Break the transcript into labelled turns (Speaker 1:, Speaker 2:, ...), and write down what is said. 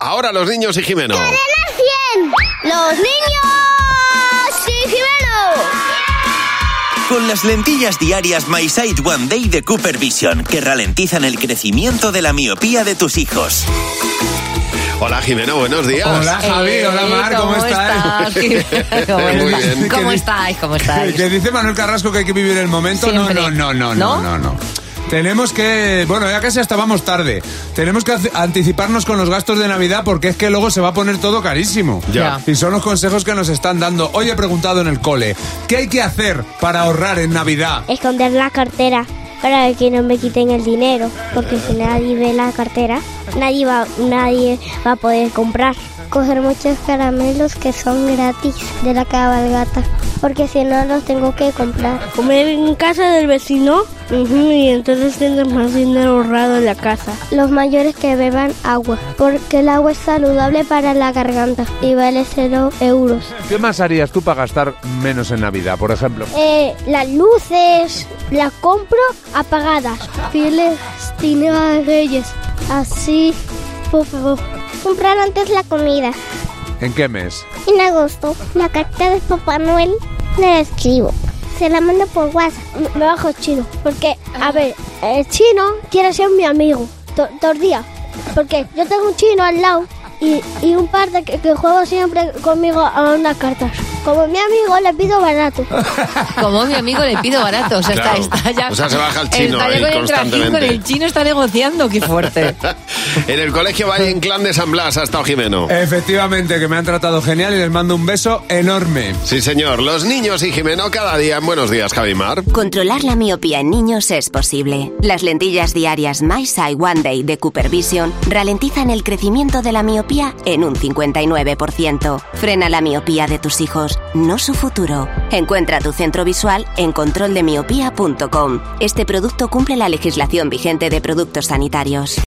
Speaker 1: Ahora los niños y Jimeno.
Speaker 2: ¡Cadena 100! ¡Los niños! ¡Sí, Jimeno!
Speaker 3: Con las lentillas diarias My Sight One Day de Cooper Vision, que ralentizan el crecimiento de la miopía de tus hijos.
Speaker 1: Hola Jimeno, buenos días.
Speaker 4: Hola Javi,
Speaker 5: Eh,
Speaker 4: hola Mar, ¿cómo, estás?
Speaker 5: estás? ¿Cómo,
Speaker 1: Muy
Speaker 5: está-
Speaker 1: bien.
Speaker 5: ¿Cómo estáis? ¿Cómo
Speaker 4: Que,
Speaker 5: estáis?
Speaker 4: que dice Manuel Carrasco que hay que vivir el momento. No,
Speaker 5: Siempre.
Speaker 4: no, no, no, no, no,
Speaker 5: ¿No?
Speaker 4: no. Tenemos que, bueno, ya casi hasta vamos tarde. Tenemos que hace- anticiparnos con los gastos de Navidad porque es que luego se va a poner todo carísimo.
Speaker 1: Ya.
Speaker 4: Y son los consejos que nos están dando. Hoy he preguntado en el cole, ¿qué hay que hacer para ahorrar en Navidad?
Speaker 2: Esconder la cartera para que no me quiten el dinero, porque si nadie ve la cartera, nadie va, nadie va a poder comprar. Coger muchos caramelos que son gratis de la cabalgata, porque si no los tengo que comprar.
Speaker 6: comer en casa del vecino ujú, y entonces tienes más dinero ahorrado en la casa.
Speaker 2: Los mayores que beban agua, porque el agua es saludable para la garganta y vale 0 euros.
Speaker 4: ¿Qué más harías tú para gastar menos en Navidad, por ejemplo?
Speaker 2: Eh, las luces las compro apagadas. Fieles de reyes. Así, por favor. Comprar antes la comida.
Speaker 4: ¿En qué mes?
Speaker 2: En agosto, la carta de Papá Noel la escribo. Se la mando por WhatsApp. Ah. Me bajo chino. Porque, a ver, el chino quiere ser mi amigo. to- Todo el día. Porque yo tengo un chino al lado y, y un par de que, que juego siempre conmigo a unas cartas. Como mi amigo, le pido barato.
Speaker 5: Como mi amigo le pido barato. O sea, está-
Speaker 1: Claro.
Speaker 5: está, ya.
Speaker 1: O sea, se baja el chino
Speaker 5: está ya
Speaker 1: ahí
Speaker 5: con el trajín,
Speaker 1: constantemente.
Speaker 5: con el chino está negociando, qué fuerte.
Speaker 1: en el colegio Valle en Clan de San Blas ha estado Jimeno.
Speaker 4: Eh. Efectivamente, que me han tratado genial y les mando un beso enorme.
Speaker 1: Sí, señor. Los niños y Jimeno cada día en Buenos Días, Javimar.
Speaker 7: Controlar la miopía en niños es posible. Las lentillas diarias My Sight One Day de Cooper Vision ralentizan el crecimiento de la miopía en un 59%. Frena la miopía de tus hijos, no su futuro. Encuentra tu centro visual en controldemiopía.com. Este producto cumple la legislación vigente de productos sanitarios.